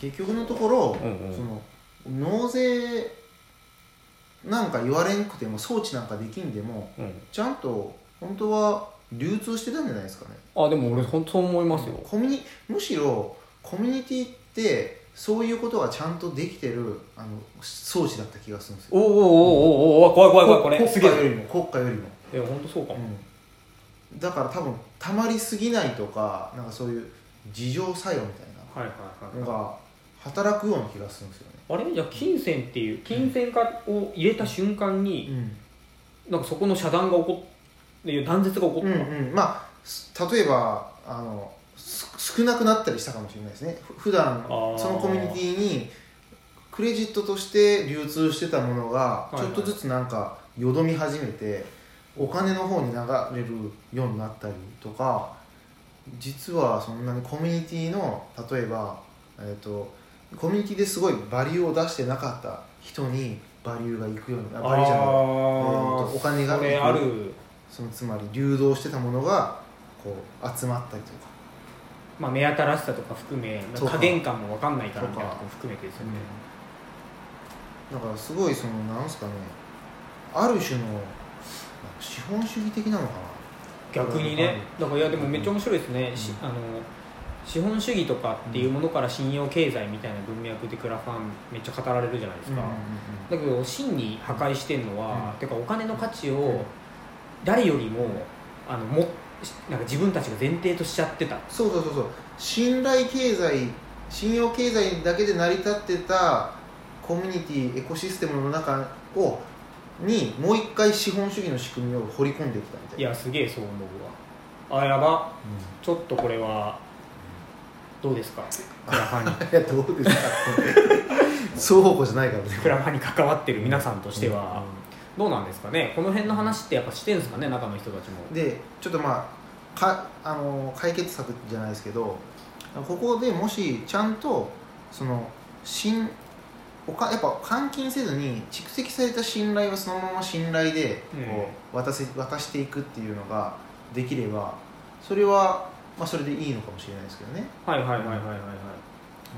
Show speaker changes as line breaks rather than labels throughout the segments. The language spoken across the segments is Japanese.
結局のところ、
うんうん
その納税なんか言われんくても装置なんかできんでも
うん
ちゃんと本当は流通してたんじゃないですかね
あでも俺本当そう思いますよ
コミュニむしろコミュニティってそういうことがちゃんとできてるあの装置だった気がするんですよ
おーおーおーおーおー怖い怖い怖いこれ
国
すげ
国家
え
よりも国家よりも、
いや本当そうかも
うんだから多分たまりすぎないとかなんかそういう自浄作用みたいな
はいはい
の
はい
が働くような気がするんですよね
あれじゃあ金銭っていう金銭化を入れた瞬間になんかそこの遮断が起こっ断絶が起こ
う
っ
ん
た
うんまあす例えばあのす少なくなったりしたかもしれないですねふ普段
ー
そのコミュニティにクレジットとして流通してたものが
はい
ちょ
はい
っとずつなんかよどみ始めてお金の方に流れるようになったりとか実はそんなにコミュニティの例えば、えー、とコミュニティですごいバリューを出してなかった人にバリューがいくようになバリューじゃない
あー
お金が
それある
そのつまり流動してたものがこう集まったりとか、
まあ目新しさとか含め
そうか
加減感も分かんないからみたいなとこも含めてですよね
だからすごいそのなんすかねある種の資本主義的なのか
逆に
はい
ねだからいやでもめっちゃ面白いですね、し
う
あの資本主義とかっていうものから信用経済みたいな文脈でクラファンめっちゃ語られるじゃないです
な、
か、だけど真に破壊してんのは、
うん
てかお金の価値
う
を
ん
誰よりもあのもしなんか自分たちが前提としちゃってた
そうそうそうそう信頼経済信用経済だけで成り立ってたコミュニティエコシステムの中をにもう一回資本主義の仕組みを掘り込んできたみたい
い
な
やすげえそう思うわあやばちょっとこれはどうで すかクラファンに
いやどうですか 双方向じゃないからね
クラファンに関わってる皆さんとしては、どうなんですかねこの辺の話ってやっぱしてんですかね中の人たちも
でちょっとまあかあの解決策じゃないですけどここでもしちゃんとその信おかやっぱ換金せずに蓄積された信頼はそのまま信頼で
うん
こう渡せ、渡していくっていうのができればそれは、まあ、それでいいのかもしれないですけどね
はいはいはいはいはいはい
なん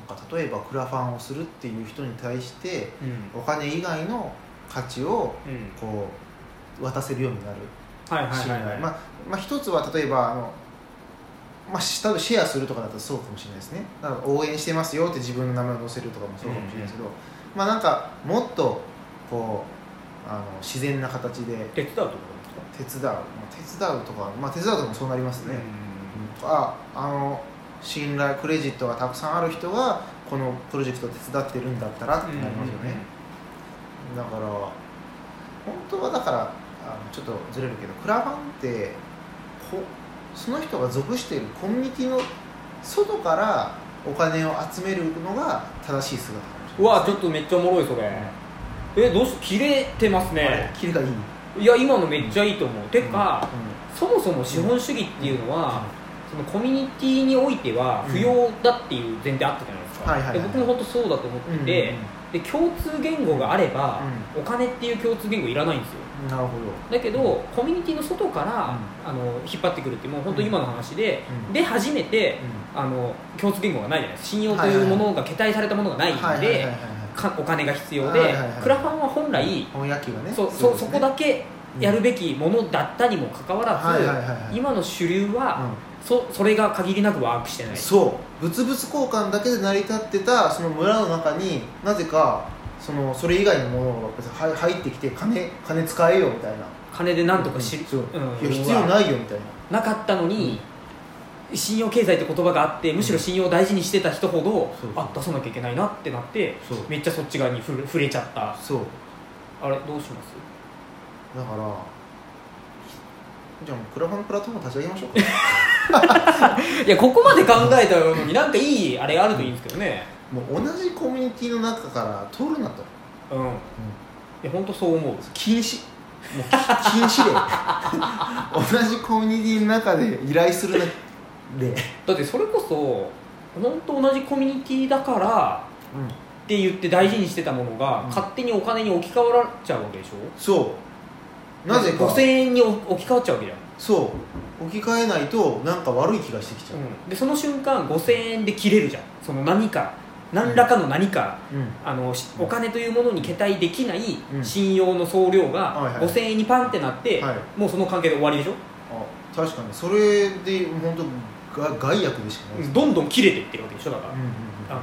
か例えばクラファンをするっていう人に対して
うん
お金以外の価値を
うん
こう渡せるようになる
はいはい
信
はい
頼
はい
まあまあ、一つは例えばあの、まあ、し多分シェアするとかだとそうかもしれないですねだから応援してますよって自分の名前を載せるとかもそうかもしれないですけど、まあなんかもっとこうあの自然な形で
手伝うってことです
手
か
伝う、まあ、手伝うとか、まあ、手伝うとかもそうなりますね、ああの信頼クレジットがたくさんある人がこのプロジェクトを手伝ってるんだったらって
うん
なりますよね、だから本当はだからあのちょっとずれるけどクラファンってこその人が属しているコミュニティの外からお金を集めるのが正しい姿かもし
う
れない
わちょっとめっちゃおもろいそれえどうし切れてます
あれ
ね
キリがいい、
いや今のめっちゃいいと思うてか
うん
そもそも資本主義っていうのはそのコミュニティにおいては不要だっていう前提あったじゃないです
はいはいは
か
い
で僕も本当そうだと思っててで共通言語があればお金っていう共通言語いらないんですよ
うんなるほど
だけどコミュニティの外から、あの引っ張ってくるってもう本当今の話で、
うん
で初めてあの共通言語がないじゃないですか信用というものが携帯されたものがないんで、
はいはいはいはい
かお金が必要で、
はいはいはい
クラファンは本来、
本野球はね
そう
う
そ
です
そ
ね
こだけやるべきものだったにもかかわらず、
はいはいはいはい
今の主流は、そそれが限りなくワークしてな
う
い
ん、そう物々交換だけで成り立ってたその村の中になぜかそのそれ以外のものが別に入入ってきて金金使えよみたいな
金でなんとかし、
そう
うん
いや必要ないよみたいな
なかったのに、信用経済って言葉があってむしろ信用を大事にしてた人ほど、
そう
あ出さなきゃいけないなってなって
そう
めっちゃそっち側に触れ触れちゃった
そう
あれどうします
だからじゃあもうクラファンプラットフォーム立ち上げましょう か
いやここまで考えたのになんかいいあれがあるといいんですけどね
もう同じコミュニティの中から取るなと
うん、いや本当そう思う
禁止もうき禁止令 同じコミュニティの中で依頼 するな例
だってそれこそ本当同じコミュニティだから
うん
って言って大事にしてたものが、
うん
勝手にお金に置き換わらっちゃうわけでしょ
そうなぜか
5000円に置き換わっちゃうわけじゃん
そう置き換えないとなんか悪い気がしてきちゃう、
うん、でその瞬間5000円で切れるじゃんその何か何らかの何か、
うん
あのしお金というものに携帯できない
うん
信用の総量
はい
が
はい
5000円にパンってなって、
はい
もうその関係で終わりでしょ、
あ確かにそれで本当が害悪でしかないです、
どんどん切れていってるわけでしょだから、
うんうんうん
あの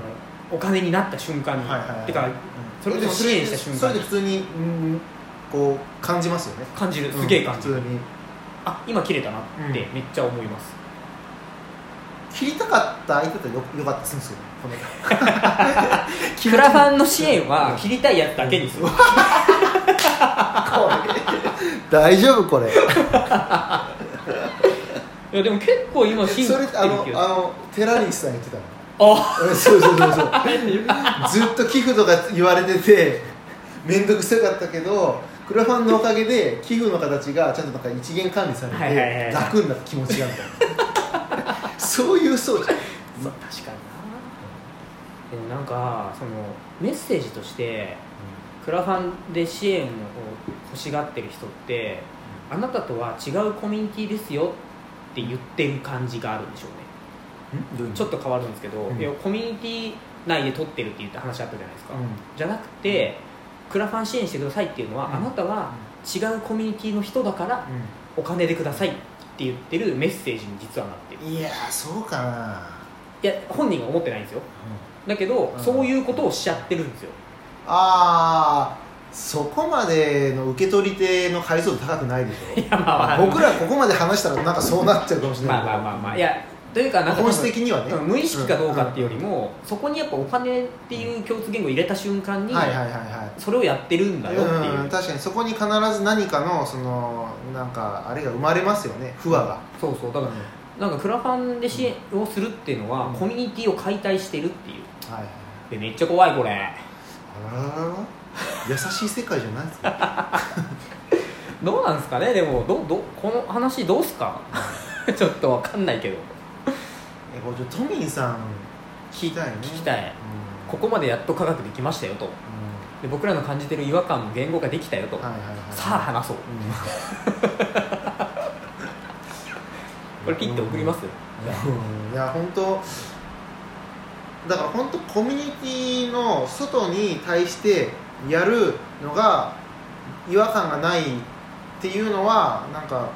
お金になった瞬間に、
はいはいはい
てかそれこそ支援した瞬
それ
間
で
に
普通に、うん、こう感じますよね
感じるすげえ感じる、
うん普通に
あ今切れたなってめっちゃ思います、
切りたかった相手とよよかったでするんですよねこの
キフラファンの支援は切りたいやつだけにす る、
大丈夫これ
いやでも結構今進化
それ
して
あ
る
の
けど
あの寺西さん言ってたの
あ
えそうそうそうそうずっと寄付とか言われてて面倒くさかったけどクラファンのおかげで寄付の形がちゃんとなんか一元管理され
はいはいはいは
て
い
楽になった気持ちがみたいなそういうそうじゃん
そう確かになでもなんかそのメッセージとしてクラファンで支援を欲しがってる人ってあなたとは違うコミュニティですよって言ってる感じがあるんでしょうねちょっと変わるんですけど、
うん
いやコミュニティ内で取ってるって言った話あったじゃないですか、
うん
じゃなくてクラファン支援してくださいっていうのは、
うん
あなたは違うコミュニティの人だからお金でくださいって言ってるメッセージに実はなってる
いやーそうかな、
いや本人が思ってないんですよだけど、
うん
そういうことをしちゃってるんですよ
あーそこまでの受け取り手の解像度高く ないでしょ
いや まあまあ
僕らここまで話したらなんかそうなっちゃうかもしれない
まあ
けど
まあまあまあいやというかなんか
本質的にはね
うん無意識かどうかっていうよりも、そこにやっぱお金っていう共通言語を入れた瞬間に、
はいはいはいはい
それをやってるんだよっていう、
うん確かにそこに必ず何かのそのなんかあれが生まれますよね不和が、
そうそうだから、
は
なんかクラファンで支援をするっていうのは、
うん
コミュニティを解体してるっていう
いはい
でめっちゃ怖いこれ
あらららら優しい世界じゃないです か
どうなんですかねでもどどこの話どうすか ちょっとわかんないけど
えこれちょっとトミーさん聞きたいね
聞きたい
うん
ここまでやっと科学できましたよと
う
で僕らの感じてる違和感も言語化できたよと、
んはいはいはい
さあ話そうこれピッて送ります、
うんいや本当だから本当コミュニティの外に対してやるのが違和感がないっていうのはなんか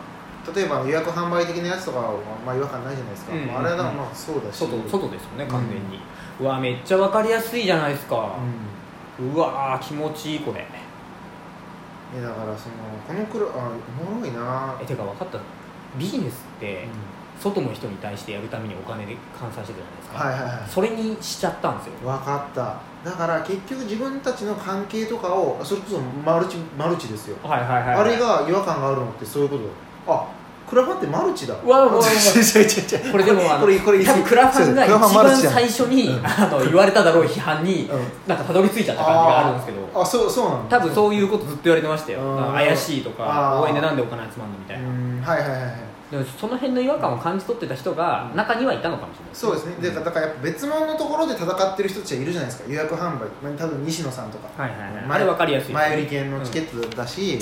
例えば予約販売的なやつとかは、まあ、違和感ないじゃないですか、
うんうんうん
あれはだからまあそうだし
外外ですよね完全に、うわめっちゃわかりやすいじゃないですか
う、
うわー気持ちいいこれ
ん、えだからそのこの黒あおもろいな
えてか分かったビジネスって、
うん
外の人に対してやるためにお金で換算してたじゃないですか、
はいはいはい
それにしちゃったんですよ
分かっただから結局自分たちの関係とかをそれこそマルチマルチですよ
はいはいはい
あれが違和感があるのってそういうことだあクラファンってマルチだ
うわうわうわ
違う違う違う違う
これでもあの
これこれ
多分クラファンが
ク
一
ラファンマル
番
チじゃん
最初に、あの言われただろう批判に、
うん
なんかたどり着いちゃった感じがあるんですけど
あそうそうなんだ
多分そういうことずっと言われてましたよ
うん
なんか怪しいと
あ
か
ー
応援でなんでお金集まんのみたいな、
うんはいはいはいはい
でもその辺の違和感を感じ取ってた人が中にはいたのかもしれない
そうですねでだからやっぱ別物のところで戦ってる人たちはいるじゃないですか予約販売まあ多分西野さんとか
はいはいはい
前
あれ分かりやすい
前売り券のチケットだし、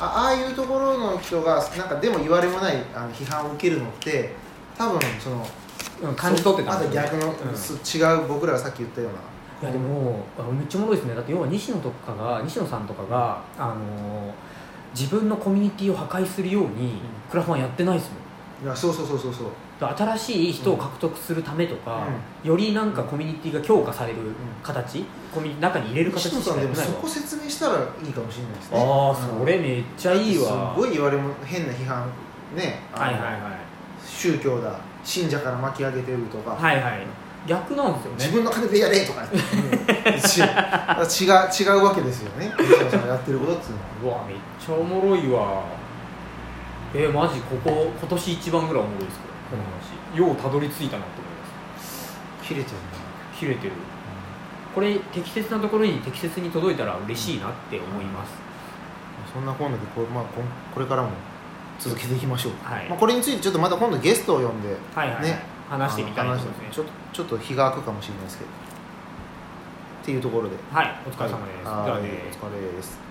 あああいうところの人がなんかでも言われもないあの批判を受けるのって多分その
うん感じ取って
ま
たん
だ
ですよね
逆の、
うん
す違う僕らがさっき言ったようない
やでもあめっちゃおもろいですねだって要は西野とかが西野さんとかが、あのー自分のコミュニティを破壊するようにクラファンやってないですもん
いやそうそうそうそうそう
だから新しい人を獲得するためとか、よりなんかコミュニティが強化される形、コミュニティ中に入れる形
西野
し
さ
か
ん
や
で
って
も
ない
そ
わ
こ説明したらいいかもしれないですね
ああ
うん
それめっちゃいいわ
すごい言われも変な批判ねあ
はい
の
はいはい
宗教だ信者から巻き上げてるとか、
はいはい逆なんですよね
自分の金でやれと か,、違う違うわけですよね西野さんがやってることっていうのは
うわめっちゃおもろいわえー、マジここ今年一番ぐらいおもろいですけどこの話ようたどり着いたなと思います
切れてる
切れてる
な、
これ適切なところに適切に届いたら嬉しいなって思います、
そんな今度でこ,、まあ、こんこれからも続けていきましょう、
はい
まあ、これについてちょっとまた今度ゲストを呼んで
はいはい、
ね
話してみたい
あ
で
の
す
話
ね
してちょっとちょっと日が空くかもしれないですけどっていうところで
はいお疲れ様です、
はい
で
は
は
い
ね
お疲れです